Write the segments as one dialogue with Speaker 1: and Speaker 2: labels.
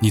Speaker 1: 你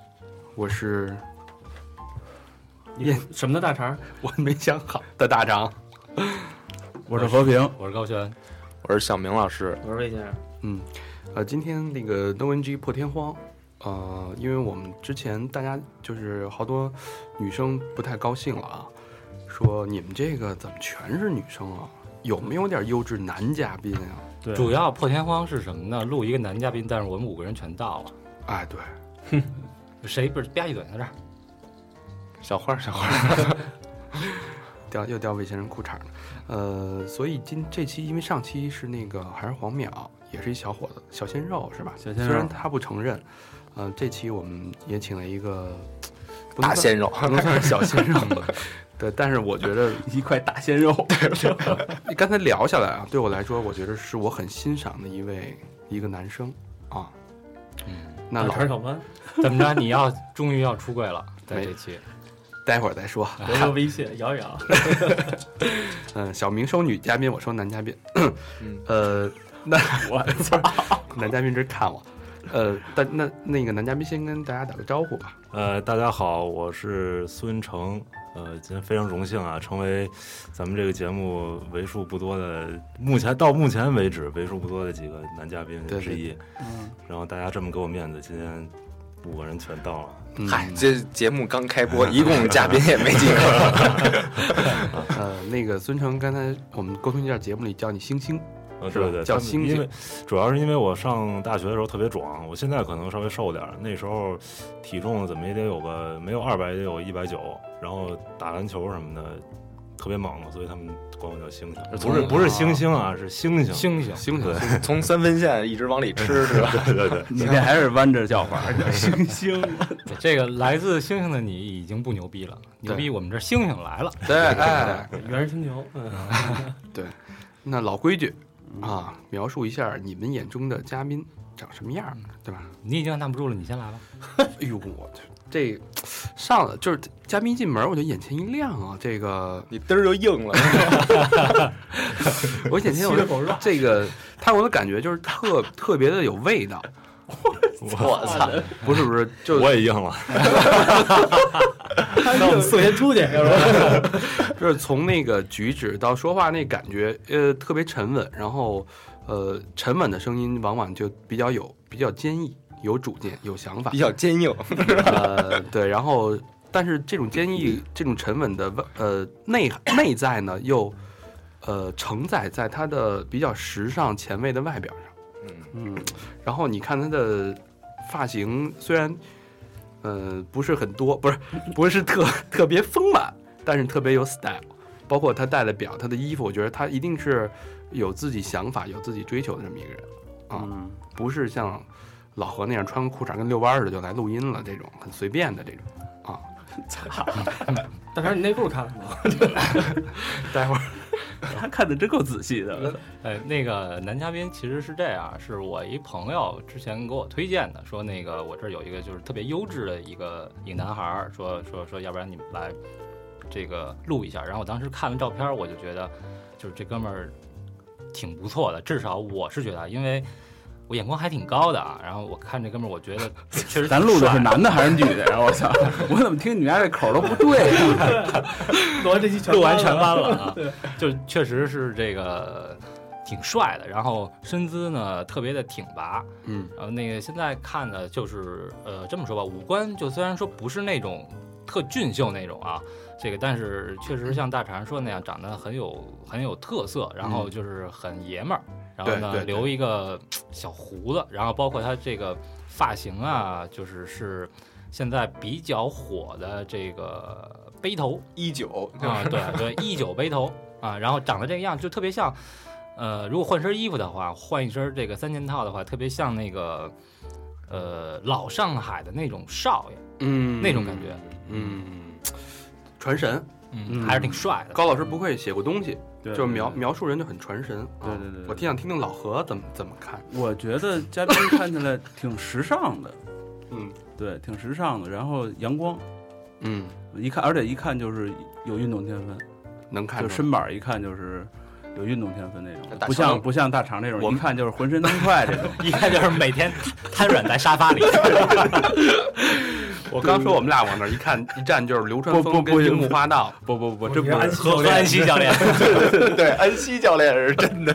Speaker 1: 我是
Speaker 2: 你什么的大肠？
Speaker 1: 我还没想好的大张。
Speaker 3: 我是和平，
Speaker 2: 我是高璇，
Speaker 4: 我是小明老师，
Speaker 2: 我是魏先生。
Speaker 1: 嗯，呃，今天那个 No NG 破天荒，呃，因为我们之前大家就是好多女生不太高兴了啊，说你们这个怎么全是女生啊？有没有点优质男嘉宾啊呀、
Speaker 2: 对，
Speaker 5: 主要破天荒是什么呢？录一个男嘉宾，但是我们五个人全到了，
Speaker 1: 哎，对，
Speaker 5: 谁不是吧唧嘴 在这儿？
Speaker 4: 小花，小花，
Speaker 1: 掉又掉魏先生裤衩了。呃，所以今这期因为上期是那个还是黄淼，也是一小伙子，小鲜肉是吧？
Speaker 2: 小鲜肉
Speaker 1: 虽然他不承认，呃，这期我们也请了一个不能
Speaker 4: 大
Speaker 1: 算
Speaker 4: 鲜肉，
Speaker 1: 不能算是小鲜肉，对，但是我觉得
Speaker 3: 一块大鲜肉。
Speaker 1: 刚才聊下来啊，对我来说，我觉得是我很欣赏的一位一个男生啊。
Speaker 5: 嗯，
Speaker 1: 那老
Speaker 2: 肠小欢，
Speaker 5: 怎么着？你要终于要出柜了，在
Speaker 1: 没
Speaker 5: 这期
Speaker 1: 待会儿再说。
Speaker 2: 留个微信，摇一摇。
Speaker 1: 嗯，小明收女嘉宾，我收男嘉宾。
Speaker 4: 嗯
Speaker 1: 呃，那我操， 男嘉宾直看我。呃，但那那个男嘉宾先跟大家打个招呼吧。
Speaker 6: 呃，大家好，我是苏云成。呃，今天非常荣幸啊，成为咱们这个节目为数不多的，目前到目前为止为数不多的几个男嘉宾
Speaker 1: 对对
Speaker 6: 之一。
Speaker 3: 嗯，
Speaker 6: 然后大家这么给我面子，今天五个人全到了。
Speaker 1: 嗯
Speaker 4: 嗨，这节目刚开播，一共嘉宾也没几个，
Speaker 1: 呃，那个孙成，刚才我们沟通一下，节目里叫你星星，
Speaker 6: 呃，
Speaker 1: 是吧
Speaker 6: 对对，
Speaker 1: 叫
Speaker 6: 他们
Speaker 1: 星星
Speaker 6: 因为主要是因为我上大学的时候特别壮，我现在可能稍微瘦点儿，那时候体重怎么也得有个没有二百也得有一百九，然后打篮球什么的特别猛，所以他们管我叫星星，不是不是星星啊，是星星。
Speaker 5: 星星
Speaker 1: 星星
Speaker 6: 对，
Speaker 4: 从三分线一直往里吃，是吧？
Speaker 6: 对对对，
Speaker 3: 你这还是弯着叫 法，叫星星。
Speaker 5: 对这个来自星星的你已经不牛逼了，牛逼我们这星星来了。
Speaker 1: 对，哎，
Speaker 2: 圆星球，嗯，
Speaker 1: 那老规矩啊，描述一下你们眼中的嘉宾长什么样儿，对吧？
Speaker 5: 你已经按捺不住了，你先来吧。
Speaker 1: 哎呦，我这上了就是嘉宾一进门我就眼前一亮啊！这个
Speaker 4: 你嘚儿就硬了，
Speaker 1: 我眼前我
Speaker 2: 吸了口热
Speaker 1: 这个他给我的感觉就是特特别的有味道，
Speaker 4: 我操！
Speaker 1: 不是不是，就
Speaker 6: 我也硬了。
Speaker 2: 那我们四个人出去，要不
Speaker 1: 就是从那个举止到说话那感觉，呃，特别沉稳，然后呃，沉稳的声音往往就比较有比较坚毅，有主见，有想法
Speaker 4: 比，较坚硬，
Speaker 1: 呃，对，然后但是这种坚毅、这种沉稳的外呃内内在呢，又呃承载在他的比较时尚前卫的外表上。
Speaker 4: 嗯，
Speaker 1: 嗯，然后你看他的发型，虽然呃不是很多，不是不是特特别丰满，但是特别有 style。包括他戴的表，他的衣服，我觉得他一定是有自己想法、有自己追求的这么一个人，啊
Speaker 3: 嗯，
Speaker 1: 不是像老何那样穿个裤衩跟遛弯似的就来录音了，这种很随便的这种。
Speaker 2: 大肠你内裤看了吗？
Speaker 1: 待会儿
Speaker 3: 他看的真够仔细的。
Speaker 5: 呃，那个男嘉宾其实是这样，是我一朋友之前给我推荐的，说那个我这儿有一个就是特别优质的一个一个男孩儿，说说说要不然你们来这个录一下。然后我当时看了照片儿，我就觉得就是这哥们儿挺不错的，至少我是觉得啊，因为我眼光还挺高的啊。然后我看这哥们儿，我觉得确实
Speaker 3: 咱录的是
Speaker 5: 挺帅
Speaker 3: 男的还是女的呀？我操！我怎么听你们家这口都不对啊呀？
Speaker 2: 录完这期全
Speaker 5: 录完全
Speaker 2: 完
Speaker 5: 完了啊
Speaker 2: 对，
Speaker 5: 就确实是这个挺帅的，然后身姿呢特别的挺拔，
Speaker 1: 嗯，
Speaker 5: 然后那个现在看的就是呃这么说吧，五官就虽然说不是那种特俊秀那种啊，这个但是确实像大肠说的那样长得很有很有特色，然后就是很爷们儿，然
Speaker 1: 嗯
Speaker 5: 后
Speaker 1: 对
Speaker 5: 呢
Speaker 1: 对对
Speaker 5: 留一个小胡子，然后包括他这个发型啊，就是是现在比较火的这个背头。
Speaker 4: 一九，
Speaker 5: 啊，对对，一九背头啊，然后长得这个样，就特别像，呃，如果换身衣服的话，换一身这个三件套的话，特别像那个呃老上海的那种少爷，
Speaker 1: 嗯，
Speaker 5: 那种感觉，
Speaker 1: 嗯，传神。
Speaker 5: 嗯，还是挺帅的。
Speaker 1: 高老师不愧写过东西，
Speaker 3: 对
Speaker 1: 就是描
Speaker 3: 对
Speaker 1: 描述人就很传神。啊
Speaker 3: 对对对对
Speaker 1: 我挺想听听老何怎么怎么看。
Speaker 3: 我觉得嘉宾看起来挺时尚的，
Speaker 1: 嗯
Speaker 3: 对，挺时尚的，然后阳光，
Speaker 1: 嗯，
Speaker 3: 一看，而且一看就是有运动天分，
Speaker 1: 能看
Speaker 3: 就
Speaker 1: 出来
Speaker 3: 身板一看就是有运动天分那种，
Speaker 4: 大
Speaker 3: 不
Speaker 4: 长
Speaker 3: 像不像大肠那种，
Speaker 1: 我
Speaker 3: 一
Speaker 1: 们
Speaker 3: 看就是浑身冰块这种。
Speaker 5: 一看就是每天瘫软在沙发里，
Speaker 1: 我刚说我们俩往那儿一看，一站就是流川
Speaker 3: 不
Speaker 1: 枫
Speaker 3: 不不
Speaker 1: 跟樱木花道。
Speaker 3: 不不不，
Speaker 2: 我
Speaker 3: 这
Speaker 2: 觉
Speaker 3: 不
Speaker 2: 得安
Speaker 3: 是
Speaker 2: 西
Speaker 5: 和和安西教 练，
Speaker 4: 对，安西教练是真的。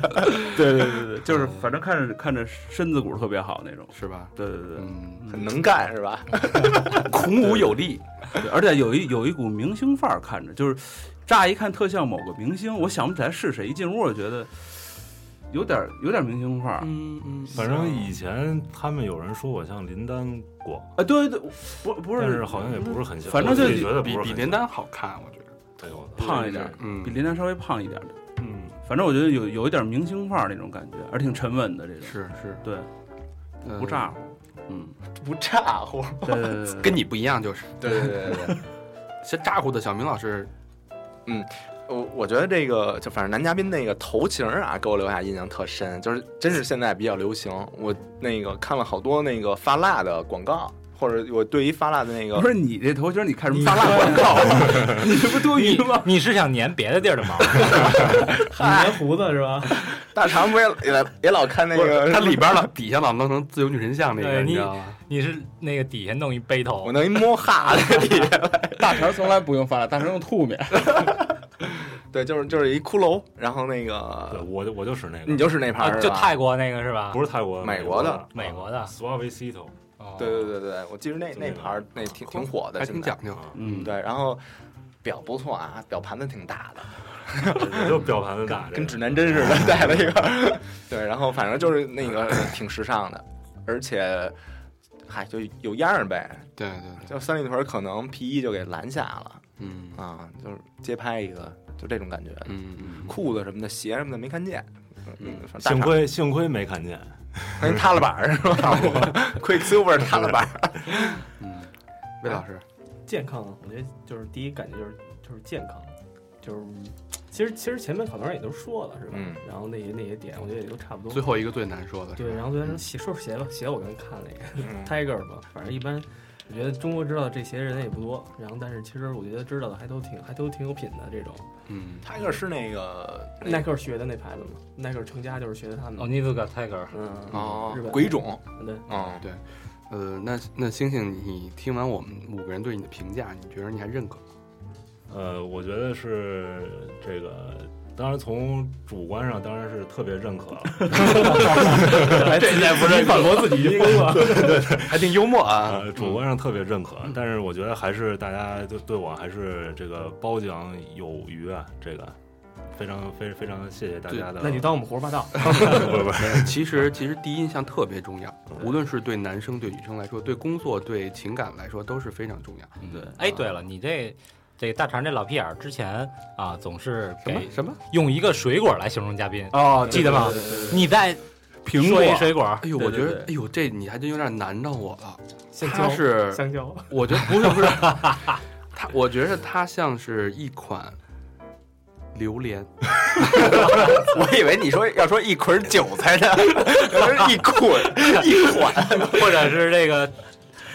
Speaker 3: 对对对对，就是反正看着看着身子骨特别好那种。
Speaker 1: 是吧？
Speaker 3: 对对对
Speaker 1: 嗯，
Speaker 4: 很能干是吧？
Speaker 1: 孔武有力，
Speaker 3: 对，而且有一有一股明星范儿，看着就是乍一看特像某个明星，我想不起来是谁，一进屋我觉得有点儿有点儿明星范儿。
Speaker 1: 嗯嗯，
Speaker 6: 反正以前他们有人说我像林丹过，
Speaker 3: 啊，对对，对不不
Speaker 6: 但
Speaker 3: 是
Speaker 6: 是好像也不是很像，
Speaker 3: 反正就
Speaker 6: 我自己觉得不
Speaker 1: 比
Speaker 6: 是
Speaker 1: 比
Speaker 6: 很
Speaker 1: 林
Speaker 6: 像，
Speaker 1: 丹好看，我觉得。
Speaker 6: 对我
Speaker 3: 胖一点儿，
Speaker 1: 嗯
Speaker 3: 比林丹稍微胖一点儿的。
Speaker 6: 嗯，
Speaker 3: 反正我觉得有有一点明星范儿那种感觉，而挺沉稳的这种，
Speaker 1: 是是，
Speaker 3: 对，
Speaker 1: 呃
Speaker 3: 不咋呼，嗯，
Speaker 4: 不咋呼。
Speaker 3: 对对对 对，
Speaker 1: 跟你不一样，就是
Speaker 4: 对对对对对，
Speaker 1: 先咋呼的小明老师，
Speaker 4: 我我觉得这个就反正男嘉宾那个头型儿啊，给我留下印象特深，就是真是现在比较流行。我那个看了好多那个发蜡的广告，或者我对于发蜡的那个
Speaker 3: 不是你这头型，你看什么发蜡广告 啊？你这不多余
Speaker 5: 你
Speaker 3: 吗？
Speaker 5: 你是想粘别的地儿的毛？
Speaker 2: 粘胡子是吧？
Speaker 4: 大肠，不也也也老看那个
Speaker 1: 他里边了，底下老弄成自由女神像那个，
Speaker 5: 对
Speaker 1: 你
Speaker 5: 你
Speaker 1: 知道吗？
Speaker 5: 你是那个底下弄一背
Speaker 4: 我
Speaker 5: 头，啊
Speaker 4: 能一摸哈的里边，
Speaker 3: 大肠从来不用发蜡，大肠用吐面。
Speaker 4: 对，就是就是一骷髅，然后那
Speaker 6: 对
Speaker 4: 个
Speaker 6: 我就我就是那个，
Speaker 4: 啊你就是那牌
Speaker 5: 啊
Speaker 4: 儿，
Speaker 5: 就是
Speaker 4: 吧
Speaker 5: 泰国那个是吧？
Speaker 6: 不是泰国的，
Speaker 4: 美
Speaker 6: 国
Speaker 4: 国的
Speaker 5: 美国的
Speaker 6: Suavecito，
Speaker 5: 哦
Speaker 4: 对对对对，我记得那
Speaker 6: 就那
Speaker 4: 那
Speaker 6: 个
Speaker 4: 牌儿那挺挺火的，
Speaker 1: 还挺
Speaker 4: 现在
Speaker 1: 讲
Speaker 6: 啊
Speaker 1: 究。
Speaker 3: 嗯，
Speaker 4: 对，然后表不错啊，表盘子挺大的，
Speaker 6: 我就表盘子大，
Speaker 4: 跟指
Speaker 6: 这
Speaker 4: 南针似的戴了一个。对，然后反正就是那个 挺时尚的，而且嗨就有样儿呗。
Speaker 1: 对对对，
Speaker 4: 就三里屯可能 P 一就给拦下了
Speaker 1: 嗯
Speaker 4: 啊，就是街拍一个，就这种感觉。
Speaker 1: 嗯嗯，
Speaker 4: 裤子什么的、鞋什么的没看见，嗯，反正大
Speaker 6: 幸
Speaker 4: 厂
Speaker 6: 亏幸亏没看见，
Speaker 4: 那塌了板儿是吧 ？Quicksilver 塌了板儿，
Speaker 1: 嗯，魏老师，
Speaker 2: 健康，我觉得就是第一感觉就是就是健康，就是其实其实前面好多人也都说了是吧？
Speaker 4: 嗯
Speaker 2: 然后那些那些点，我觉得也都差不
Speaker 1: 最
Speaker 2: 多。
Speaker 1: 后一个最难说的是
Speaker 2: 对，然后昨天说鞋说是鞋吧，鞋我刚看了一个
Speaker 4: 嗯
Speaker 2: Tiger 吧，反正一般，我觉得中国知道这鞋的人也不多。然后但是其实我觉得知道的还都挺还都挺有品的这种。
Speaker 1: 嗯，
Speaker 4: 他个是那个
Speaker 2: 耐克学的那牌子嘛，耐克成家就是学的他们的。
Speaker 5: 哦，尼兹克泰戈尔，
Speaker 2: 嗯，
Speaker 4: 哦
Speaker 2: 日本
Speaker 4: 鬼冢，
Speaker 2: 对，
Speaker 4: 嗯，
Speaker 1: 呃，那那星星，你听完我们五个人对你的评价，你觉得你还认 可？
Speaker 6: 呃，我觉得是这个。当然，从主观上当然是特别认 可了，
Speaker 2: 这现在不是反驳自己疯了。
Speaker 1: 还挺幽默啊
Speaker 6: 呃，主观上特别认可，
Speaker 4: 嗯
Speaker 6: 但是我觉得还是大家就对我还是这个褒奖有余啊，这个非常非非常谢谢大家的。
Speaker 2: 那你当我们胡说八道？
Speaker 6: 不不是，
Speaker 1: 呃其实其实第一印象特别重要，
Speaker 3: 嗯
Speaker 6: 对
Speaker 1: 无论是对男生对女生来说，对工作对情感来说都是非常重要。
Speaker 3: 对
Speaker 5: 哎，对了，你这这大肠这老屁眼儿之前啊，总是
Speaker 1: 什
Speaker 5: 给
Speaker 1: 么什么？
Speaker 5: 用一个水果来形容嘉
Speaker 2: 啊
Speaker 5: 宾，
Speaker 3: 哎哦，
Speaker 5: 记得吗？你再
Speaker 3: 苹
Speaker 5: 说一
Speaker 3: 果
Speaker 5: 水果，
Speaker 1: 哎呦，
Speaker 3: 对
Speaker 1: 我
Speaker 3: 对
Speaker 1: 觉得，哎
Speaker 3: 对
Speaker 1: 呦，这你还真有点难到我了。
Speaker 2: 香
Speaker 1: 他
Speaker 2: 蕉
Speaker 1: 是，
Speaker 2: 香蕉，
Speaker 1: 我觉得不是不是， 他我觉得他像是一款榴莲，
Speaker 4: 我以为你说要说一捆韭菜呢， 我说一捆 一款，
Speaker 5: 或者是这个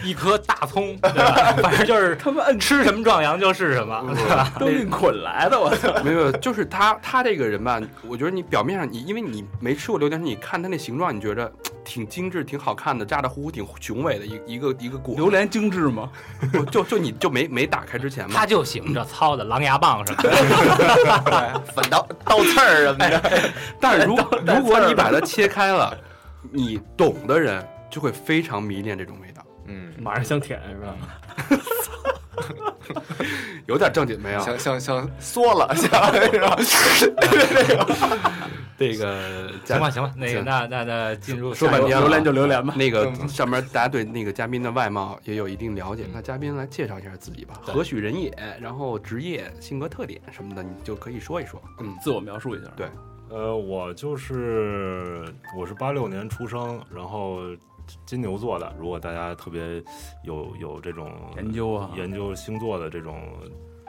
Speaker 5: 一颗大葱，对 吧？反正就是他们吃什么壮阳就是什
Speaker 2: 嗯
Speaker 5: 么，对吧？
Speaker 3: 都给你捆来的，我操！
Speaker 1: 没有，就是他他这个人吧，我觉得你表面上你因为你没吃过榴莲，你看他那形状，你觉得挺精致、挺好看的，咋咋呼呼、挺雄伟的一一个一个果。
Speaker 3: 榴莲精致吗？
Speaker 1: 不就 就你就没没打开之前
Speaker 2: 嗯
Speaker 1: 嘛
Speaker 5: 他，就喜欢这糙的狼牙 棒什么的，
Speaker 4: 反刀刀刺儿什么的，
Speaker 1: 但是如果如果你把它切开了，你懂的人就会非常迷恋这种味道。
Speaker 4: 嗯，
Speaker 2: 马上香甜是吧？
Speaker 1: 有点正经没有？
Speaker 4: 像像像缩了， 像是吧？
Speaker 1: 这个
Speaker 5: 行
Speaker 1: 嘉
Speaker 5: 吧行吧，那个
Speaker 1: 行
Speaker 5: 那那那进入
Speaker 1: 说半天了
Speaker 3: 榴莲就榴莲吧。
Speaker 1: 那个
Speaker 5: 嗯
Speaker 1: 上面大家对那个嘉宾的外貌也有一定了解，那嘉宾来介绍一下自己吧，
Speaker 5: 对
Speaker 1: 何许人也，然后职业、性格特点什么的，你就可以说一说。嗯，
Speaker 3: 自我描述一下，
Speaker 1: 对
Speaker 6: 呃，我就是我是八六年出生，然后金牛座的，如果大家特别有有这种
Speaker 3: 研究啊，
Speaker 6: 研究星座的这种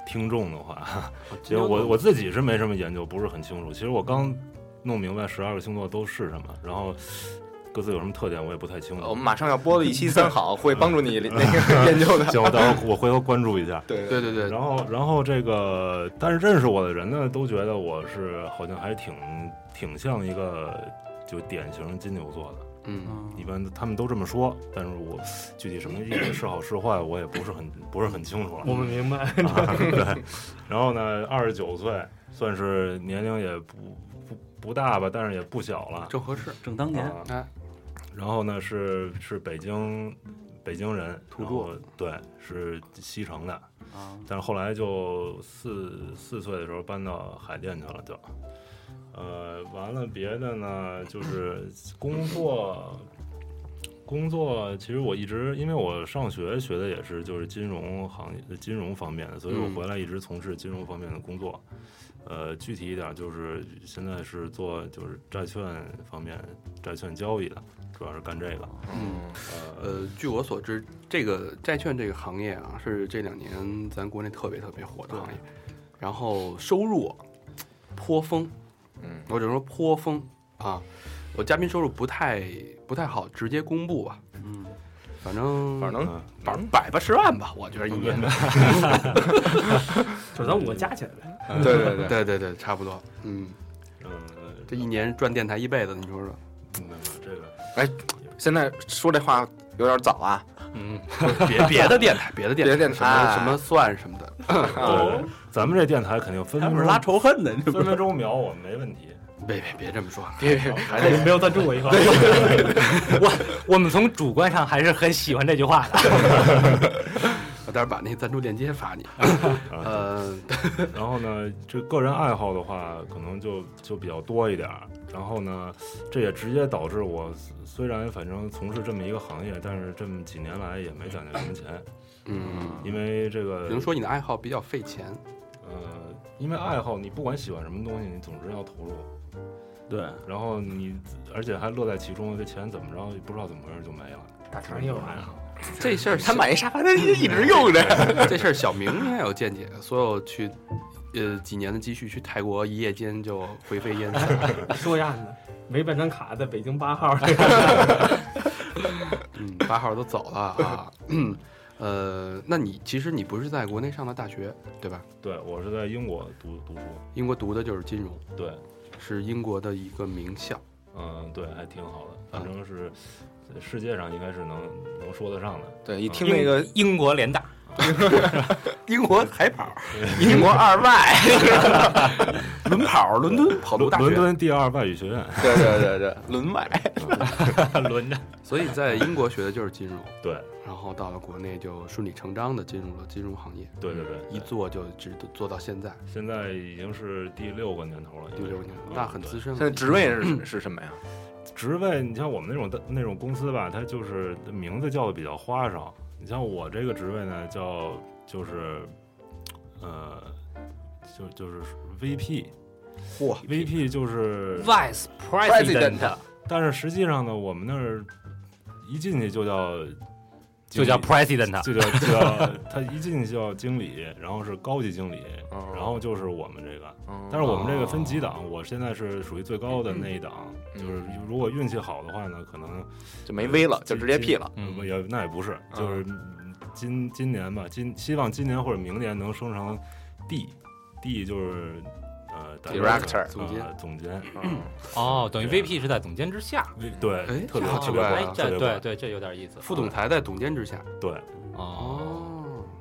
Speaker 6: 听众的话，其
Speaker 3: 究
Speaker 6: 实我我自己是没什么研究，不是很清楚。其实我刚弄明白十二个星座都是什么，然后各自有什么特点，我也不太清
Speaker 4: 我
Speaker 3: 哦
Speaker 6: 楚
Speaker 4: 们。马上要播的一期三好会帮助你那个研究的。
Speaker 6: 行，我到时候我回头关注一下。
Speaker 4: 对
Speaker 1: 对对对，
Speaker 6: 然后，然后这个，但是认识我的人呢，都觉得我是好像还挺挺像一个就典型金牛座的。
Speaker 1: 嗯，
Speaker 3: 嗯
Speaker 6: 一般他们都这么说，但是我具体什么意思是好是坏，我也不是很不是很清楚了。
Speaker 2: 我们明白，
Speaker 6: 啊对，然后呢，二十九岁，算是年龄也不不不大吧，但是也不小了。
Speaker 1: 正合适。
Speaker 3: 正当年，
Speaker 6: 啊
Speaker 1: 哎
Speaker 6: 然后呢是是北京北京人，
Speaker 1: 土著
Speaker 6: 然后，对，是西城的，
Speaker 3: 啊，
Speaker 6: 但是后来就四四岁的时候搬到海淀去了，就，呃，完了别的呢，就是工 作，工作其实我一直因为我上学学的也是就是金融行业金融方面的，所以我
Speaker 1: 嗯
Speaker 6: 回来一直从事金融方面的工作。呃，具体一点就是现在是做就是债券方面债券交易的，主要是干这个。
Speaker 4: 嗯，
Speaker 6: 呃，
Speaker 1: 呃，据我所知，这个债券这个行业啊，是这两年咱国内特别特别火的行业，然后收入颇丰，
Speaker 4: 嗯，
Speaker 1: 我只能说颇丰啊。我嘉宾收入不太不太好直接公布吧，
Speaker 3: 嗯，
Speaker 1: 反正嗯
Speaker 4: 反正
Speaker 6: 嗯
Speaker 1: 百百八十万吧，我觉得一年。
Speaker 2: 就咱五个加起来 呗。
Speaker 4: 对对对，
Speaker 1: 对对对，差不多。嗯，
Speaker 6: 嗯，
Speaker 1: 这一年赚电台一辈子，你说说？
Speaker 6: 没有这个
Speaker 4: 现在说这话有点早啊，
Speaker 1: 嗯，别别的电台，别的电台，
Speaker 4: 别的电
Speaker 1: 什么
Speaker 4: 台
Speaker 1: 什么蒜什么的，
Speaker 6: 对，对咱们这电台肯定分
Speaker 3: 他
Speaker 6: 分
Speaker 3: 们
Speaker 6: 钟
Speaker 3: 是拉仇恨的，这不
Speaker 6: 分
Speaker 3: 是
Speaker 6: 分钟秒我没问题。
Speaker 1: 别别别这么说，
Speaker 4: 别别
Speaker 2: 还得没有赞助我一块儿，
Speaker 5: 我们从主观上还是很喜欢这句话的。
Speaker 1: 我待会儿把那赞助链接发你。呃，
Speaker 6: 然后呢，这个人爱好的话，可能就就比较多一点儿。然后呢，这也直接导致我虽然反正从事这么一个行业，但是这么几年来也没攒下什么钱，
Speaker 1: 嗯，
Speaker 6: 因为这个
Speaker 1: 只能说你的爱好比较费钱。
Speaker 6: 呃，因为爱好你不管喜欢什么东西，你总是要投入，
Speaker 3: 对，
Speaker 6: 然后你而且还乐在其中，这钱怎么着也不知道怎么回事就没了。
Speaker 2: 大肠也有爱好，
Speaker 1: 这事儿
Speaker 4: 他买一沙发，他一直用 着。
Speaker 1: 这事儿小明应该有见解，所有去呃几年的积蓄去泰国一夜间就灰飞烟散。
Speaker 2: 说呀呢，没办张卡，在北京八号，
Speaker 1: 嗯，八号都走了啊。 嗯呃，那你其实你不是在国内上的大学，对吧？
Speaker 6: 对我是在英国读读书，
Speaker 1: 英国读的就是金融，
Speaker 6: 对，
Speaker 1: 是英国的一个名校。
Speaker 6: 嗯，对，还挺好的，反正是在世界上应该是能能说得上的。
Speaker 4: 对，一听那个
Speaker 5: 英国联大，
Speaker 1: 英国海跑，
Speaker 4: 英国二外，
Speaker 1: 轮跑，伦敦跑读大
Speaker 6: 伦
Speaker 1: 学。
Speaker 6: 敦第二外语学院，
Speaker 4: 对对对对，轮 外。
Speaker 5: 轮着
Speaker 1: 所以在英国学的就是金融，
Speaker 6: 对，
Speaker 1: 然后到了国内就顺理成章的进入了金融行业，
Speaker 6: 对对对，
Speaker 1: 一做就只做到现在
Speaker 6: 现在已经是第六个年头了，啊
Speaker 1: 第六年
Speaker 6: 应，该是
Speaker 1: 那很资。深了。
Speaker 4: 现在职位是是什么呀？
Speaker 6: 对职位，你像我们那种的那种公司吧，它就是名字叫的比较花哨。你像我这个职位呢，叫就是，呃，就就是 VP。
Speaker 1: 嚯
Speaker 6: VP 就是，
Speaker 5: Vice
Speaker 4: President
Speaker 6: 但是实际上呢，我们那儿一进去就叫
Speaker 5: 就叫
Speaker 6: 经理
Speaker 5: President，
Speaker 6: 就叫就叫他一进去就叫经理，然后是高级经理，
Speaker 4: 哦
Speaker 6: 然后就是我们这个。但是我们这个分级档，我现在是属于最高的那一档，就是如果运气好的话呢，可能
Speaker 4: 就没 V 了，就直接 P 了。
Speaker 5: 嗯
Speaker 6: 也那也不是，就是
Speaker 1: 嗯
Speaker 6: 今今年吧，今希望今年或者明年能升成 D，D 就是呃
Speaker 4: Director
Speaker 1: 总监
Speaker 6: 呃总监，
Speaker 5: 哦，等于
Speaker 6: 对
Speaker 5: VP 是在总监之下。
Speaker 6: 对
Speaker 1: 哎，
Speaker 6: 特别
Speaker 1: 这好
Speaker 6: 特别
Speaker 1: 怪
Speaker 5: 哎
Speaker 1: 啊
Speaker 6: 管，特
Speaker 5: 这
Speaker 6: 别
Speaker 5: 对
Speaker 6: 管，
Speaker 5: 对，这有点意思。
Speaker 1: 副总裁在董监之下。
Speaker 6: 对。
Speaker 5: 哦
Speaker 1: 哦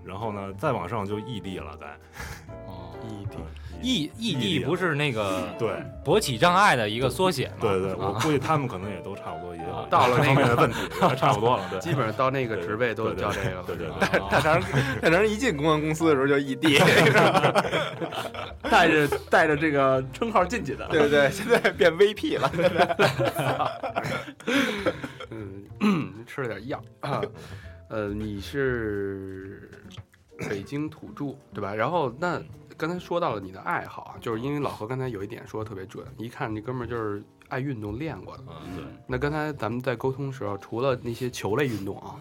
Speaker 6: 然后呢，再往上就 ED 了，再
Speaker 5: 哦
Speaker 1: 异地，
Speaker 5: ，E E
Speaker 6: ED
Speaker 5: D 不是那个
Speaker 6: 对
Speaker 5: 勃起障碍的一个缩写吗？
Speaker 6: 对对，我
Speaker 5: 啊
Speaker 6: 估计他们可能也都差不多也有
Speaker 1: 啊到了
Speaker 6: 这
Speaker 1: 那
Speaker 6: 方面
Speaker 1: 个
Speaker 6: 的问题，差不多了，对。
Speaker 1: 基本上到那个职位都叫这个了。
Speaker 6: 对对对对
Speaker 5: 啊
Speaker 4: 大肠大肠一进公关公司的时候就 ED，
Speaker 1: 带着带着这个称号进去的。
Speaker 4: 对不对？现在变 VP 了。
Speaker 1: 嗯，吃了点药。啊呃，你是北京土著对吧？然后那刚才说到了你的爱好啊，就是因为老何刚才有一点说的特别准，一看这哥们儿就是爱运动练过的。
Speaker 6: 嗯，对，
Speaker 1: 那刚才咱们在沟通的时候，除了那些球类运动啊，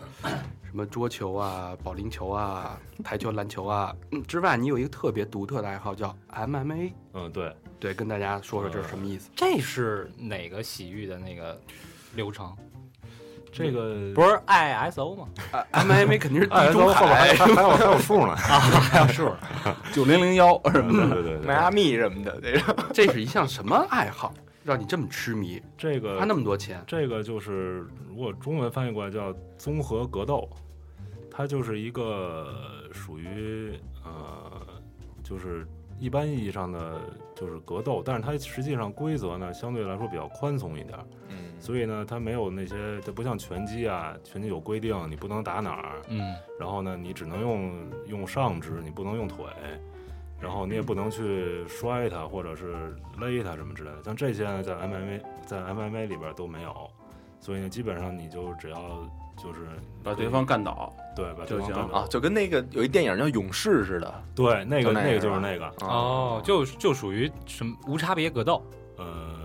Speaker 1: 什么桌球啊、保龄球啊、台球、篮球啊、嗯之外，你有一个特别独特的爱好叫 MMA，
Speaker 6: 嗯，对，
Speaker 1: 对，跟大家说说这是什么意思？
Speaker 5: 这是哪个洗浴的那个流程？
Speaker 6: 这 个
Speaker 5: 不是 ISO 吗？
Speaker 1: MMA 肯定是地
Speaker 3: 哎
Speaker 1: 中海，
Speaker 6: 还有还有数呢，
Speaker 5: 还有数，
Speaker 3: 九零零幺，
Speaker 6: 对对对
Speaker 4: 迈
Speaker 6: 对，
Speaker 1: 啊
Speaker 4: 阿密什么的那种。
Speaker 1: 这是一项什么爱好，让你这么痴迷，
Speaker 6: 这
Speaker 1: 花
Speaker 6: 个
Speaker 1: 那么多钱？
Speaker 6: 这个就是如果中文翻译过来叫综合格斗，它就是一个属于呃，就是一般意义上的就是格斗，但是它实际上规则呢相对来说比较宽松一点儿，
Speaker 4: 嗯
Speaker 6: 所以呢它没有那些它不像拳击啊，拳击有规定你不能打哪儿，
Speaker 5: 嗯，
Speaker 6: 然后呢，你只能用用上肢，你不能用腿，然后你也不能去摔它或者是勒它什么之类的。像这些呢，在 MMA 在 MMA 里边都没有，所以呢，基本上你就只要就是
Speaker 3: 把对方干倒，
Speaker 6: 对把对
Speaker 3: 就
Speaker 6: 方
Speaker 3: 行
Speaker 6: 干倒
Speaker 4: 啊，就跟那个有一电影叫《勇士》似的。啊
Speaker 6: 对那
Speaker 4: 就
Speaker 6: 个
Speaker 4: 那
Speaker 6: 那个
Speaker 4: 样
Speaker 6: 就是
Speaker 4: 是吧
Speaker 6: 那个
Speaker 5: 哦，就就属于什么无差别格斗，
Speaker 6: 呃，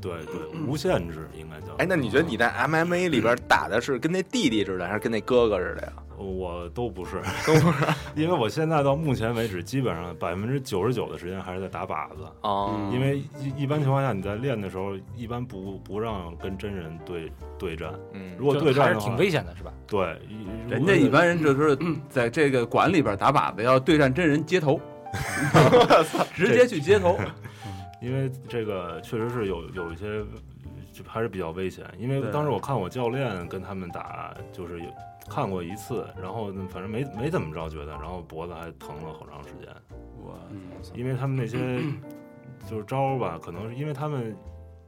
Speaker 6: 对对，无限制应该叫。
Speaker 4: 哎，那你觉得你在 MMA 里边打的是跟那弟弟似的，还是跟那哥哥似的呀？
Speaker 6: 呃我都不是， 因为我现在到目前为止，基本上百分之九十九的时间还是在打靶子。
Speaker 4: 哦
Speaker 5: 嗯
Speaker 6: 因为一一般情况下你在练的时候，一般不不让跟真人对对战。
Speaker 4: 嗯
Speaker 6: 如果
Speaker 5: 还
Speaker 6: 对战
Speaker 5: 是
Speaker 6: 的
Speaker 5: 挺
Speaker 6: 话，
Speaker 5: 危险的，是吧？
Speaker 6: 对，一
Speaker 3: 人家一般人就是在这个馆里边打靶子，要对战真人街 头，直接去街头，
Speaker 6: 因为这个确实是有有一些就还是比较危险。因为
Speaker 3: 对
Speaker 6: 当时我看我教练跟他们打，就是有看过一次，然后呢反正没没怎么着觉得，然后脖子还疼了好长时间，
Speaker 3: 我
Speaker 6: 因为他们那些 就是招儿吧，可能是因为他们。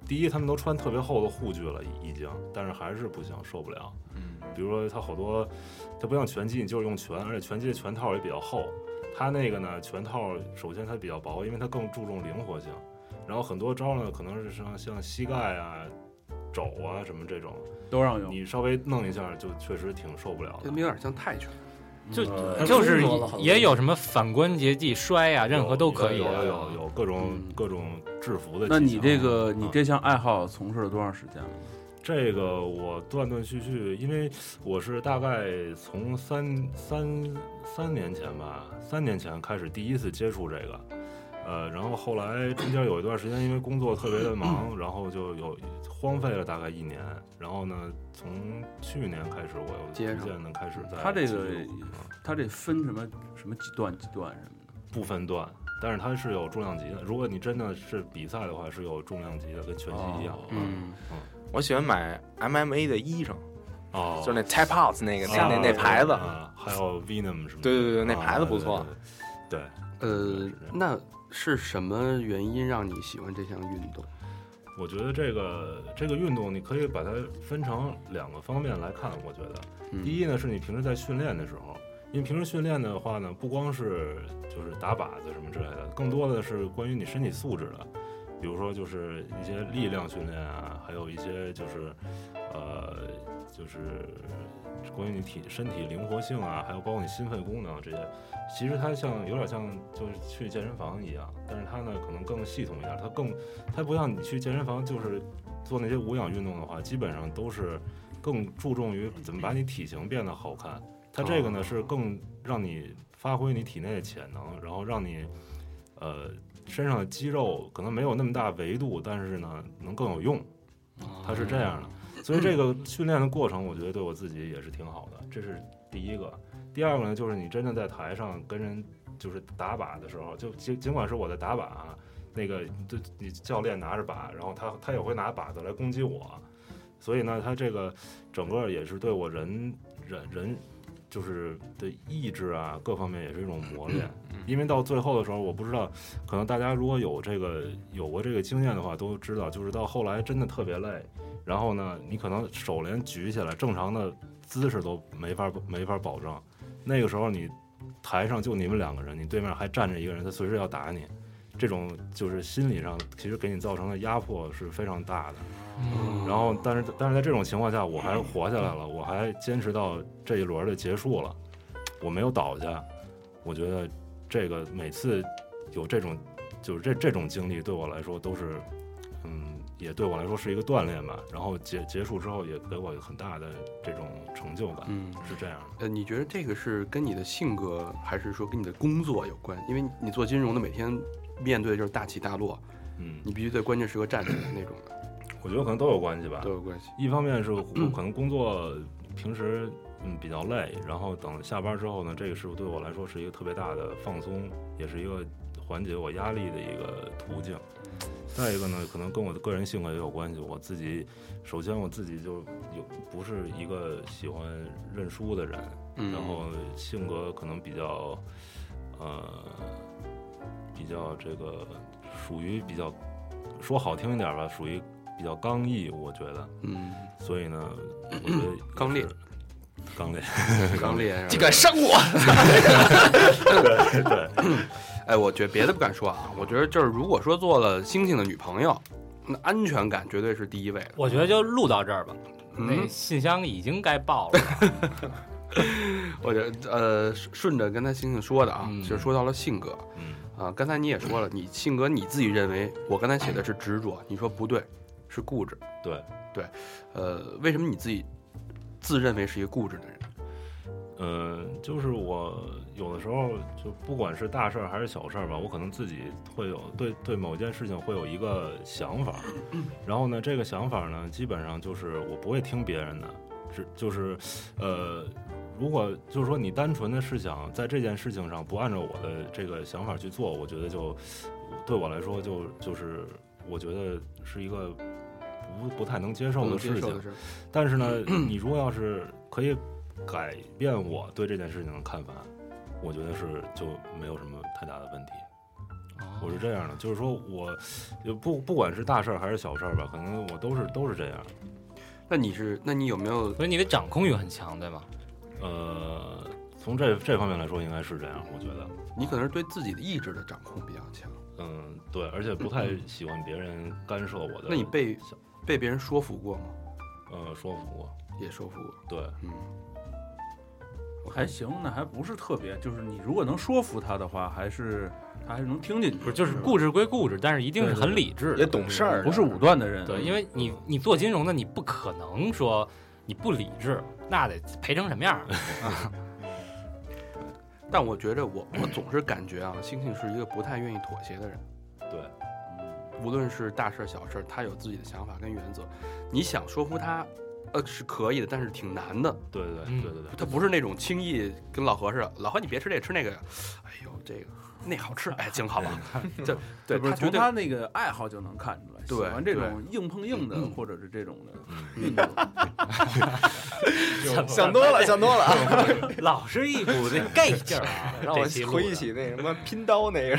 Speaker 6: 第一，他们都穿特别厚的护具了，已经，但是还是不行，受不了。
Speaker 4: 嗯
Speaker 6: 比如说他好多，他不像拳击，你就是用拳，而且拳击的拳套也比较厚。他那个呢，拳套首先它比较薄，因为它更注重灵活性。然后很多招呢，可能是像像膝盖啊、肘啊什么这种，
Speaker 3: 都让用。
Speaker 6: 你稍微弄一下就确实挺受不了
Speaker 1: 这
Speaker 6: 的
Speaker 1: 有。点像泰拳，
Speaker 5: 就
Speaker 3: 嗯
Speaker 2: 呃
Speaker 5: 就是
Speaker 2: 中国的好多
Speaker 5: 也有什么反关节技、摔呀，任何都可以。啊
Speaker 6: 有有有有各种
Speaker 1: 嗯
Speaker 6: 各种制服的技巧。
Speaker 3: 那你这个
Speaker 6: 嗯
Speaker 3: 你这项爱好从事了多长时间了？
Speaker 6: 这个我断断续续，因为我是大概从三三三年前吧，三年前开始第一次接触这个，呃，然后后来中间有一段时间因为工作特别的忙，然后就有荒废了大概一年，然后呢，从去年开始我又
Speaker 1: 接上
Speaker 6: 逐渐的开始在
Speaker 3: 他这
Speaker 6: 继
Speaker 3: 个
Speaker 6: 续
Speaker 3: 他这分什么什么几段几段什么的？
Speaker 6: 不分段，但是它是有重量级的，如果你真的是比赛的话，是有重量级的，跟拳击一样。
Speaker 3: 哦
Speaker 1: 嗯，
Speaker 4: 我喜欢买 MMA 的衣裳，
Speaker 6: 哦，
Speaker 4: 就是那 Tap Outs 那个
Speaker 6: 啊
Speaker 4: 那那那牌子。
Speaker 6: 啊还有 Venom 什么的，
Speaker 4: 对对对那
Speaker 6: 啊
Speaker 4: 牌子不错。
Speaker 6: 对对对对
Speaker 1: 呃，那是什么原因让你喜欢这项运动？
Speaker 6: 我觉得这个这个运动，你可以把它分成两个方面来看。我觉得，
Speaker 1: 嗯
Speaker 6: 第一呢，是你平时在训练的时候，因为平时训练的话呢，不光是就是打靶子什么之类的，更多的是关于你身体素质的，比如说就是一些力量训练啊，还有一些就是呃就是关于你体身体灵活性啊，还有包括你心肺功能这些，其实它像有点像就是去健身房一样，但是它呢可能更系统一点，它更它不像你去健身房就是做那些无氧运动的话，基本上都是更注重于怎么把你体型变得好看。它这个呢是更让你发挥你体内的潜能，然后让你呃身上的肌肉可能没有那么大维度，但是呢能更有用，
Speaker 5: 哦
Speaker 6: 它是这样的。所以这个训练的过程，我觉得对我自己也是挺好的，这是第一个。第二个呢，就是你真的在台上跟人就是打靶的时候，就尽尽管是我在打靶啊，那个对你教练拿着靶，然后他他也会拿靶子来攻击我，所以呢，他这个整个也是对我人人人就是的意志啊各方面也是一种磨练。因为到最后的时候，我不知道，可能大家如果有这个有过这个经验的话，都知道，就是到后来真的特别累，然后呢，你可能手连举起来，正常的姿势都没法没法保证。那个时候你台上就你们两个人，你对面还站着一个人，他随时要打你，这种就是心理上其实给你造成的压迫是非常大的。
Speaker 1: 嗯
Speaker 3: 嗯
Speaker 6: 然后，但是但是在这种情况下，我还活下来了，我还坚持到这一轮的结束了，我没有倒下，我觉得这个每次有这种就是这这种经历对我来说都是，嗯，也对我来说是一个锻炼吧。然后结结束之后也给我很大的这种成就感，
Speaker 1: 嗯，
Speaker 6: 是这样的。
Speaker 1: 呃，你觉得这个是跟你的性格，还是说跟你的工作有关？因为你做金融的，每天面对的就是大起大落，
Speaker 6: 嗯，
Speaker 1: 你必须在关键时刻站起来那种的，
Speaker 6: 我觉得可能都有关系吧
Speaker 1: 都。有关系。
Speaker 6: 一方面是我可能工作平时嗯比较累，然后等下班之后呢，这个是对我来说是一个特别大的放松，也是一个缓解我压力的一个途径。再一个呢，可能跟我的个人性格也有关系。我自己，首先我自己就有不是一个喜欢认输的人，
Speaker 1: 嗯，
Speaker 6: 然后性格可能比较，呃，比较这个属于比较，说好听一点吧，属于比较刚毅，我觉得。
Speaker 1: 嗯，
Speaker 6: 所 以呢，我觉得
Speaker 1: 刚烈
Speaker 6: 也是，刚烈，
Speaker 1: 刚烈是
Speaker 4: 竟
Speaker 1: 吧
Speaker 4: 敢伤 我！
Speaker 1: 哎，我觉得别的不敢说啊，我觉得就是如果说做了星星的女朋友，那安全感绝对是第一位的。
Speaker 5: 我觉得就录到这儿吧，那
Speaker 1: 嗯，
Speaker 5: 信箱已经该爆了。
Speaker 1: 我觉得呃，顺顺着刚才星星说的啊，
Speaker 5: 嗯
Speaker 1: 就是说到了性格
Speaker 6: 嗯，
Speaker 1: 啊，刚才你也说了，你性格你自己认为，我刚才写的是执着，你说不对，是固执。
Speaker 6: 对，
Speaker 1: 呃，为什么你自己自认为是一个固执的人？
Speaker 6: 呃，就是我有的时候就不管是大事儿还是小事儿吧，我可能自己会有对对某件事情会有一个想法，
Speaker 1: 嗯
Speaker 6: 然后呢，这个想法呢，基本上就是我不会听别人的，只就是呃。如果就是说你单纯的是想在这件事情上不按照我的这个想法去做，我觉得就对我来说就就是我觉得是一个不不太能接受的事
Speaker 1: 接受
Speaker 6: 情
Speaker 1: 的。是，
Speaker 6: 但是呢，你如果要是可以改变我对这件事情的看法，我觉得是就没有什么太大的问题。
Speaker 5: 哦
Speaker 6: 我是这样的，就是说我，就不不管是大事儿还是小事儿吧，可能我都是都是这样。
Speaker 1: 那你是，那你有没有
Speaker 5: 所以你的掌控欲很强，对吗？
Speaker 6: 呃，从这这方面来说，应该是这样，我觉得。
Speaker 1: 你可能是对自己的意志的掌控比较强。
Speaker 6: 嗯，对，而且不太喜欢别人干涉我的。
Speaker 1: 那你被被别人说服过吗？
Speaker 6: 呃说服过？
Speaker 1: 也说服过。
Speaker 6: 对，
Speaker 1: 嗯，
Speaker 3: 还行，那还不是特别，就是你如果能说服他的话，还是他还是能听进去，
Speaker 5: 不是，就是固执归固执，但是一定是很理智的，
Speaker 4: 也懂事儿，啊
Speaker 3: 不是武断的人。
Speaker 5: 对，因为你你做金融的，你不可能说你不理智，那得赔成什么样儿？
Speaker 1: 但我觉着我我总是感觉啊，星星是一个不太愿意妥协的人。
Speaker 6: 对，
Speaker 1: 无论是大事儿小事儿，他有自己的想法跟原则。你想说服他，呃，是可以的，但是挺难的。
Speaker 6: 对对
Speaker 5: 嗯
Speaker 6: 对对对对。
Speaker 1: 他不是那种轻易跟老何似的，老何你别吃这个吃那个呀，哎呦这个那好吃，哎， 挺好吧。这对
Speaker 3: 不是
Speaker 1: 他
Speaker 3: 从
Speaker 1: 绝对
Speaker 3: 他那个爱好就能看出来，喜
Speaker 1: 对
Speaker 3: 欢这
Speaker 1: 对
Speaker 3: 种硬碰硬的，或者是这种的
Speaker 1: 嗯
Speaker 3: 运动。
Speaker 4: 想多了，想多了 啊！
Speaker 5: 老是一股这 gay 劲儿啊，让
Speaker 4: 我
Speaker 5: 我记录
Speaker 4: 回忆
Speaker 5: 的
Speaker 4: 起那什么拼刀那个，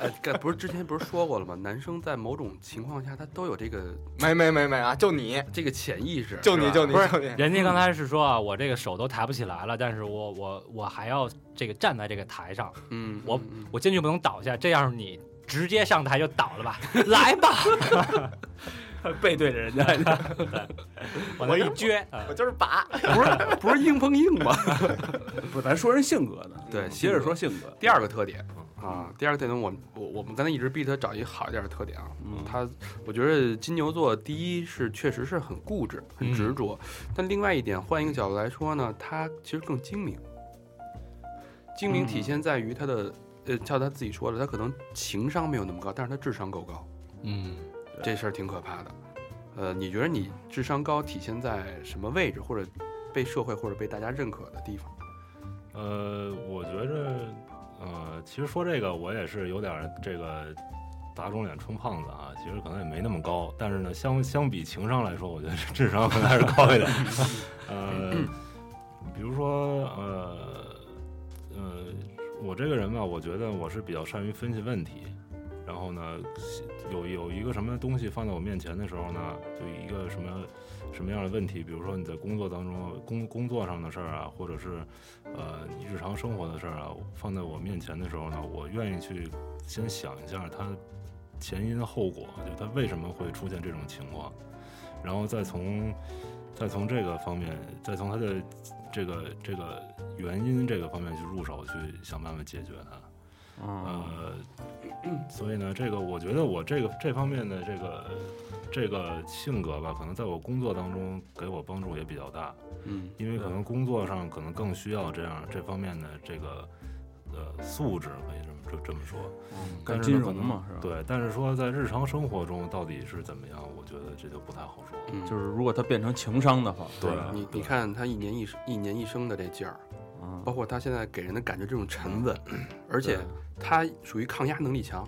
Speaker 1: 哎，该不是之前不是说过了吗？男生在某种情况下他都有这个
Speaker 4: 没没没没啊！就你，
Speaker 1: 这个潜意识，
Speaker 4: 就你，
Speaker 1: 是吧
Speaker 4: 就你，
Speaker 5: 不是
Speaker 4: 就你，
Speaker 5: 人家刚才是说啊，我这个手都抬不起来了，但是我我我还要这个站在这个台上，
Speaker 1: 嗯，
Speaker 5: 我
Speaker 1: 嗯
Speaker 5: 我坚决不能倒下。这要是你直接上台就倒 了吧，来吧，背对着人家， 往那一撅，啊
Speaker 4: 我就是把。
Speaker 1: 嗯不是不是硬碰硬 吗？
Speaker 3: 不，咱说人性格呢，
Speaker 1: 对，
Speaker 3: 接着说性格。
Speaker 1: 第二个特点啊，第二个特点我我我们刚才一直逼他找一个好一点的特点啊，
Speaker 3: 嗯
Speaker 1: 他我觉得金牛座第一是确实是很固执、很执着，但另外一点换一个角度来说呢，他其实更精明。精明体现在于他的，呃，照他自己说的，他可能情商没有那么高，但是他智商够高。
Speaker 5: 嗯，
Speaker 1: 这事儿挺可怕的。呃，你觉得你智商高体现在什么位置，或者被社会或者被大家认可的地方？
Speaker 6: 呃，我觉着，呃，其实说这个我也是有点儿这个打肿脸充胖子啊，其实可能也没那么高，但是呢，相相比情商来说，我觉得智商可能还是高一点。呃，比如说，呃，呃，我这个人吧，我觉得我是比较善于分析问题。然后呢，有有一个什么东西放在我面前的时候呢，就一个什么什么样的问题，比如说你在工作当中工工作上的事儿啊，或者是呃，你日常生活的事儿啊，放在我面前的时候呢，我愿意去先想一下它前因后果，就它为什么会出现这种情况，然后再从再从这个方面，再从它的这个这个原因这个方面去入手，去想办法解决它。
Speaker 3: 嗯，
Speaker 6: 呃，所以呢，这个我觉得我这个这方面的这个这个性格吧，可能在我工作当中给我帮助也比较大，
Speaker 1: 嗯，
Speaker 6: 因为可能工作上可能更需要这样这方面的这个呃素质，可以这么这这么说。但
Speaker 3: 干
Speaker 6: 是
Speaker 3: 金
Speaker 6: 呢
Speaker 3: 融嘛，是吧？，
Speaker 6: 对，但是说在日常生活中到底是怎么样，我觉得这就不太好说。
Speaker 1: 嗯
Speaker 3: 就是如果它变成情商的话，
Speaker 6: 对
Speaker 3: 吧
Speaker 1: 你你看他一年一生一年一生的这劲儿，
Speaker 3: 嗯
Speaker 1: 包括他现在给人的感觉这种沉稳， 而且他属于抗压能力强，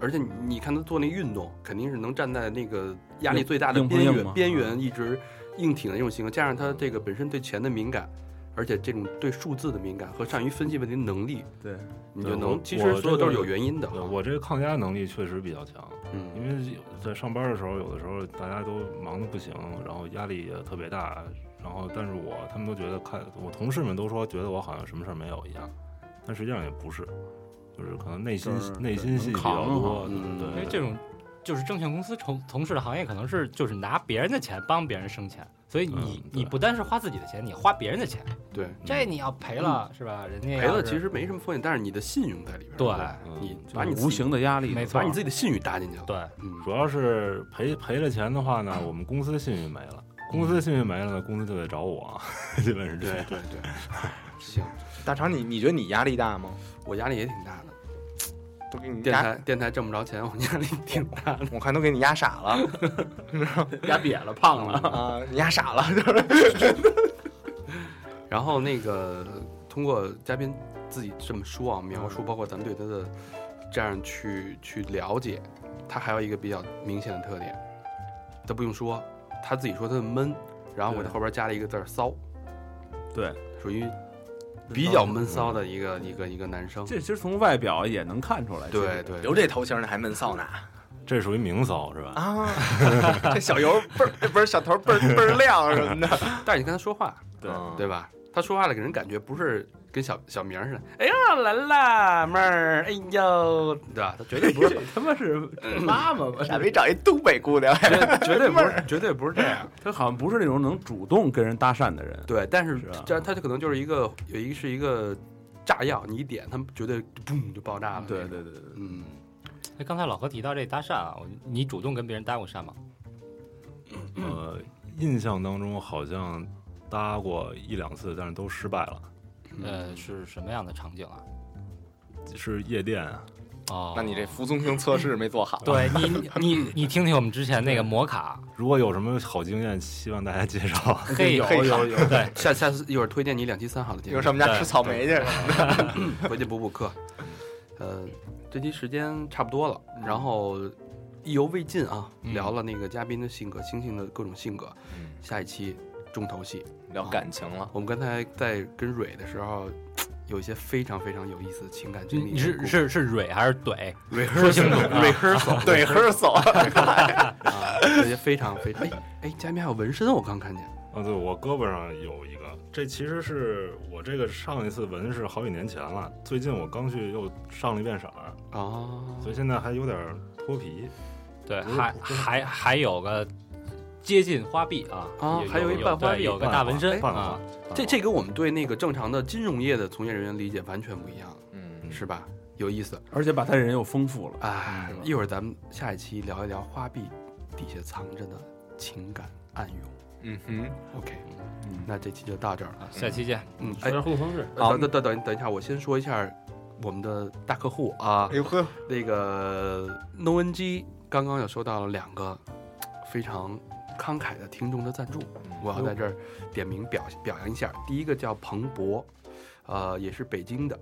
Speaker 1: 而且你你看他做那运动，肯定是能站在那个压力最大的
Speaker 3: 硬
Speaker 1: 边
Speaker 3: 硬碰硬
Speaker 1: 缘
Speaker 3: 嘛
Speaker 1: 边缘一直硬挺的那种性格，加上他这个本身对钱的敏感，而且这种对数字的敏感和善于分析问题的能力，
Speaker 3: 对，
Speaker 1: 你
Speaker 6: 对
Speaker 1: 就
Speaker 6: 我
Speaker 1: 能其
Speaker 6: 我
Speaker 1: 实
Speaker 6: 这
Speaker 1: 所有都是
Speaker 6: 个
Speaker 1: 有原因的
Speaker 6: 啊对。我这个抗压能力确实比较强，
Speaker 1: 嗯
Speaker 6: 因为有在上班的时候，有的时候大家都忙得不行，然后压力也特别大，然后但是我他们都觉得看我同事们都说觉得我好像什么事儿没有一样，但实际上也不是，就是可能内心
Speaker 3: 就是
Speaker 6: 内心戏比较多，
Speaker 1: 能扛嗯
Speaker 5: 因
Speaker 6: 对
Speaker 5: 为
Speaker 6: 对
Speaker 5: 哎这种就是证券公司从从事的行业，可能是就是拿别人的钱帮别人生钱，所以你、
Speaker 6: 嗯对
Speaker 5: 你不单是花自己的钱，你花别人的钱，
Speaker 1: 对，
Speaker 5: 这你要赔嗯了、是吧？人家
Speaker 1: 赔
Speaker 5: 要
Speaker 1: 了
Speaker 5: 是
Speaker 1: 其实没什么风险，但是你的信用在里边儿。
Speaker 5: 对
Speaker 6: 嗯
Speaker 1: 你
Speaker 6: 就
Speaker 1: 把你
Speaker 3: 无形的压力，
Speaker 5: 没错
Speaker 1: 把你自己的信誉搭进去了。
Speaker 5: 对，
Speaker 1: 嗯，
Speaker 6: 主要是赔赔了钱的话呢，我们公司的信誉没了，公司的信誉没了呢，公司就得找我， 基本是这
Speaker 1: 对
Speaker 6: 样。
Speaker 1: 对对，行，
Speaker 4: 大肠，你你觉得你压力大吗？
Speaker 1: 我压力也挺大的。
Speaker 4: 都给你
Speaker 1: 电
Speaker 4: 压，
Speaker 1: 台电台挣不着钱，我压 力挺大的。
Speaker 4: 我看都给你压傻了
Speaker 5: 压瘪了，胖了。
Speaker 4: 啊！你压傻了，
Speaker 1: 然后那个通过嘉宾自己这么说啊，描述包括咱们对他的这样去去了解，他还有一个比较明显的特点，他不用说，他自己说他的闷，然后我在
Speaker 3: 对
Speaker 1: 后边加了一个字儿骚，
Speaker 3: 对，
Speaker 1: 属于比较闷骚的一嗯个一个一个男生。
Speaker 3: 这其实从外表也能看出来。其
Speaker 1: 对
Speaker 3: 实，
Speaker 1: 对，
Speaker 4: 留这头型儿呢还闷骚呢
Speaker 6: 这属于明骚是吧？
Speaker 4: 啊！这小油倍儿不是小头倍儿倍儿亮什么的，啊
Speaker 1: 但是你跟他说话，
Speaker 3: 对
Speaker 1: 对吧？他说话了，给人感觉不是跟小小明儿似的，哎呀来啦妹儿，哎呦，对吧？他绝对不是，
Speaker 3: 他妈是妈妈吧？
Speaker 4: 傻逼找一东北姑娘，
Speaker 1: 绝绝对不是，绝对不是这样。
Speaker 3: 他好像不是那种能主动跟人搭讪的人。
Speaker 1: 对，但是
Speaker 3: 是啊
Speaker 1: 这他就可能就是一个有一个是一个炸药，你一点，他们绝对嘣就爆炸了。
Speaker 3: 对，对对对，
Speaker 1: 嗯，
Speaker 5: 哎，刚才老何提到这搭讪啊，我你主动跟别人搭过讪吗？
Speaker 6: 呃，印象当中好像搭过一两次，但是都失败了，
Speaker 5: 呃，是什么样的场景啊？
Speaker 6: 是夜店啊。
Speaker 5: 哦，
Speaker 4: 那你这服从性测试没做好。
Speaker 5: 对你你你你听听我们之前那个摩卡，
Speaker 6: 如果有什么好经验，希望大家介绍。
Speaker 1: 嗯
Speaker 5: 嘿，
Speaker 4: 有有有
Speaker 5: 有，对，
Speaker 1: 下下次一会儿推荐你两期三好的节
Speaker 4: 一
Speaker 1: 目
Speaker 4: 会儿，上我们家吃草莓去。
Speaker 1: 回去补补课。呃，这期时间差不多了，然后意犹未尽啊，
Speaker 5: 嗯
Speaker 1: 聊了那个嘉宾的性格、星星的各种性格。下一期重头戏，
Speaker 4: 聊感情了，
Speaker 1: 我们刚才在跟蕊的时候，有一些非常非常有意思的情感经历。
Speaker 5: 你是是是蕊还是怼？
Speaker 1: 啊 rehearsal，rehearsal，
Speaker 4: 对 rehearsal，
Speaker 1: 啊，这些非常非常哎哎，嘉宾还有纹身，我刚看见。
Speaker 6: 啊，对我胳膊上有一个，这其实是我这个上一次纹是好几年前了，最近我刚去又上了一遍色儿，
Speaker 1: 哦，
Speaker 6: 所以现在还有点脱皮。
Speaker 5: 对，
Speaker 1: 嗯
Speaker 6: 不是
Speaker 5: 还
Speaker 6: 不是
Speaker 5: 还还有个接近花臂啊，
Speaker 1: 啊
Speaker 5: 有
Speaker 1: 还有一半花
Speaker 5: 对
Speaker 1: 臂哎
Speaker 5: 有个
Speaker 6: 半
Speaker 5: 大
Speaker 6: 花
Speaker 5: 纹身
Speaker 6: 半
Speaker 5: 啊
Speaker 6: 花，
Speaker 1: 这这跟我们对那个正常的金融业的从业人员理解完全不一样，
Speaker 4: 嗯，
Speaker 1: 是吧？有意思，
Speaker 3: 而且把他人又丰富了。
Speaker 1: 哎
Speaker 4: 嗯，
Speaker 1: 一会儿咱们下一期聊一聊花臂底下藏着的情感暗涌。
Speaker 4: 嗯哼，
Speaker 1: OK，
Speaker 3: 嗯
Speaker 1: 那这期就到这儿了。
Speaker 5: 啊下期见。
Speaker 1: 嗯，
Speaker 2: 说
Speaker 1: 哎，
Speaker 2: 点互动方式，
Speaker 1: 等等等等等一下，我先说一下我们的大客户啊
Speaker 4: 哎，呦呵，
Speaker 1: 那个 NoNG 刚刚又收到了两个非常慷慨的听众的赞助，我要在这儿点名表表扬一下。第一个叫彭博，呃，也是北京的，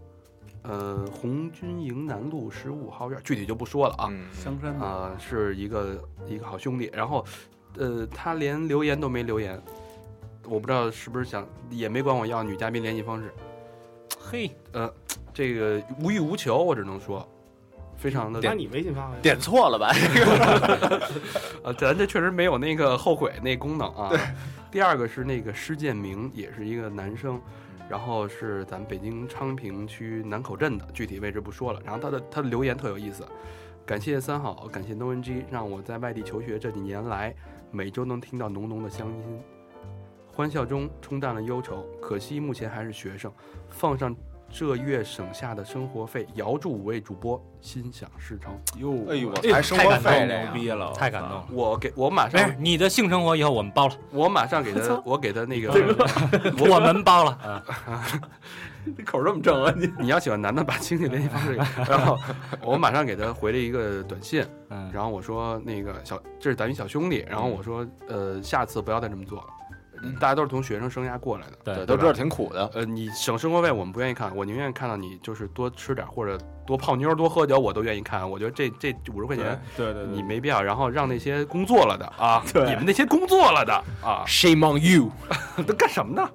Speaker 1: 呃，红军营南路十五号院，具体就不说了啊。
Speaker 4: 嗯，
Speaker 3: 香山的，
Speaker 1: 啊、是一个一个好兄弟。然后，呃，他连留言都没留言，我不知道是不是想，也没管我要女嘉宾联系方式。
Speaker 5: 嘿，
Speaker 1: 呃，这个无欲无求，我只能说，非常的
Speaker 2: 把你微信发过来。
Speaker 4: 点错了吧？
Speaker 1: 啊，咱这确实没有那个后悔那功能啊。第二个是那个施建明，也是一个男生，然后是咱们北京昌平区南口镇的，具体位置不说了。然后他的他的留言特有意思，呃感谢三好，感谢 NoNG，让我在外地求学这几年来，每周能听到浓浓的乡音，欢笑中冲淡了忧愁。可惜目前还是学生，放上这月省下的生活费，遥祝五位主播心想事成。
Speaker 3: 哟，
Speaker 4: 哎呦，我
Speaker 5: 哎
Speaker 4: 还生
Speaker 5: 太
Speaker 4: 活
Speaker 5: 感动
Speaker 4: 费
Speaker 5: 了
Speaker 4: 这
Speaker 3: 牛
Speaker 4: 样，
Speaker 3: 逼了，
Speaker 5: 太感动了。
Speaker 1: 我给我马
Speaker 5: 不是
Speaker 1: 上，
Speaker 5: 你的性生活以后我们 包了，
Speaker 1: 我马上给他，我给他那个，
Speaker 5: 我们包了。啊
Speaker 3: 你口这么正啊你？
Speaker 1: 你要喜欢男的，把经济联系方式给我，然后我马上给他回了一个短信，
Speaker 5: 嗯，
Speaker 1: 然后我说那个小，这是咱一小兄弟，然后我说呃，下次不要再这么做了，
Speaker 3: 嗯
Speaker 1: 大家都是从学生生涯过来的，
Speaker 5: 对
Speaker 1: 对，
Speaker 4: 都
Speaker 1: 吧
Speaker 4: 知道挺苦的。，
Speaker 1: 呃，你省生活费我们不愿意看，我宁愿看到你就是多吃点或者多泡妞、多喝酒，我都愿意看。我觉得这这五十块钱
Speaker 3: 对对
Speaker 1: 你没必要，然后让那些工作了的啊，你们那些工作了的啊
Speaker 4: Shame on you！
Speaker 1: 都干什么呢？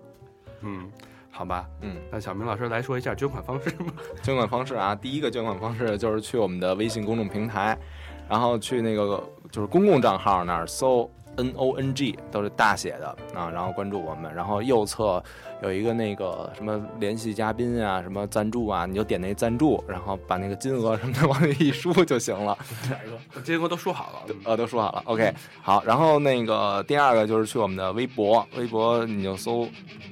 Speaker 1: 嗯，好吧，
Speaker 4: 嗯，
Speaker 1: 那小明老师来说一下捐款方 式吧。
Speaker 4: 捐款方式啊，第一个捐款方式就是去我们的微信公众平台，然后去那个就是公共账号那儿搜 N O N G 都是大写的啊，然后关注我们，然后右侧有一个那个什么联系嘉宾啊，什么赞助啊，你就点那赞助，然后把那个金额什么的往里一输就行了。
Speaker 1: 金额都说好了，
Speaker 4: 呃，都说好了，OK，好。然后那个第二个就是去我们的微博，微博你就搜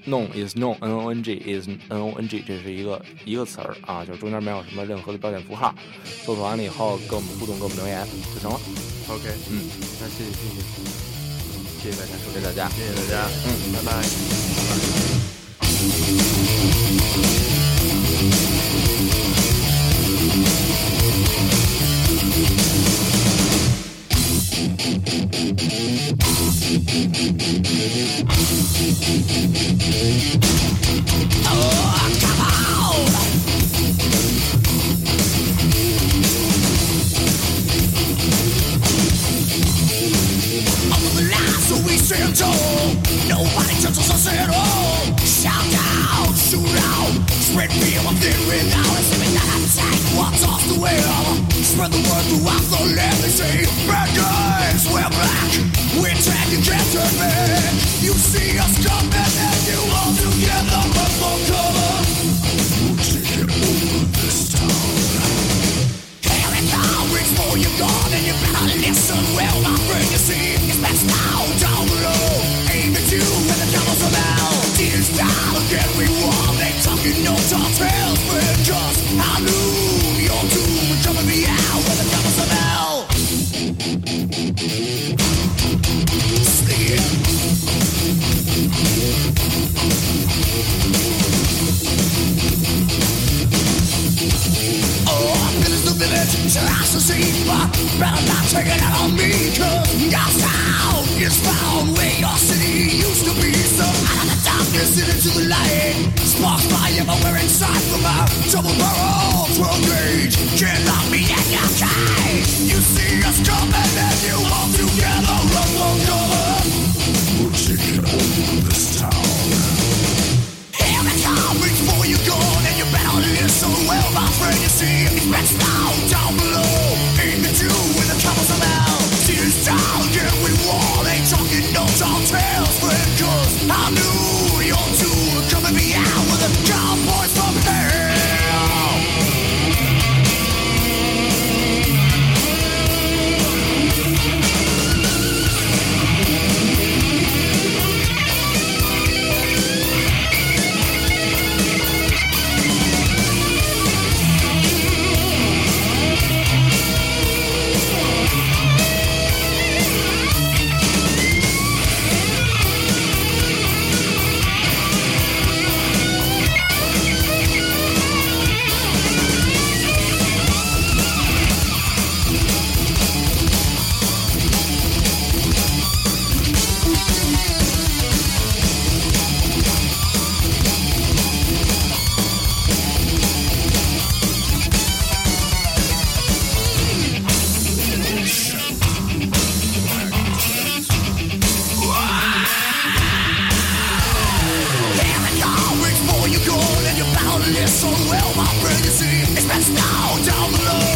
Speaker 4: “non is non n o n g is n o n g”，这是一个一个词儿啊，就是中间没有什么任何的标点符号。搜索完了以后，跟我们互动，跟我们留言就行了。
Speaker 1: OK，
Speaker 4: 嗯，
Speaker 1: 那谢谢谢谢，嗯谢谢大家收
Speaker 4: 谢
Speaker 1: 听
Speaker 4: 谢，大家。
Speaker 1: 谢谢大家，嗯，拜拜。
Speaker 7: Nobody touches us at all. Shout out, shoot out, spread fear of the without us. Even that attack, what's off the wheel? Spread the word throughout the land. They say, bad guys, we're back. We're taking can't turn back. You see us coming and you all together but for cover. We'll take it over this town. Here and now, reach for your God and you better listen well. My friend, you see, it's best now, down below. Aim at you with the devil's of hell. Tears down, get we wrong. They talking no talk, fails, but just how new your doom. Jump in the air with the devil's of hell. Sneak. Oh, I'm finished the village, so I shall see But better not take it out on me Cause your sound is found where your city used to be So out of the darkness and into the light Sparks fly everywhere inside from a double barrel Twelve gauge, cannot be at your cage You see us coming and you all together run for cover We'll take it over this town Here it comes, reach for your gun and you better listen well, my friend. You see, it's best now, down below. In the dew with the troubles of hell. Tears down, yeah, we war. They talking no tall tales, friend, cause I knew your tool. Come and be out with the cowboys from hell. Here it comes, reach for your gun and you better listen well, my friend. You see, it's best now, down below.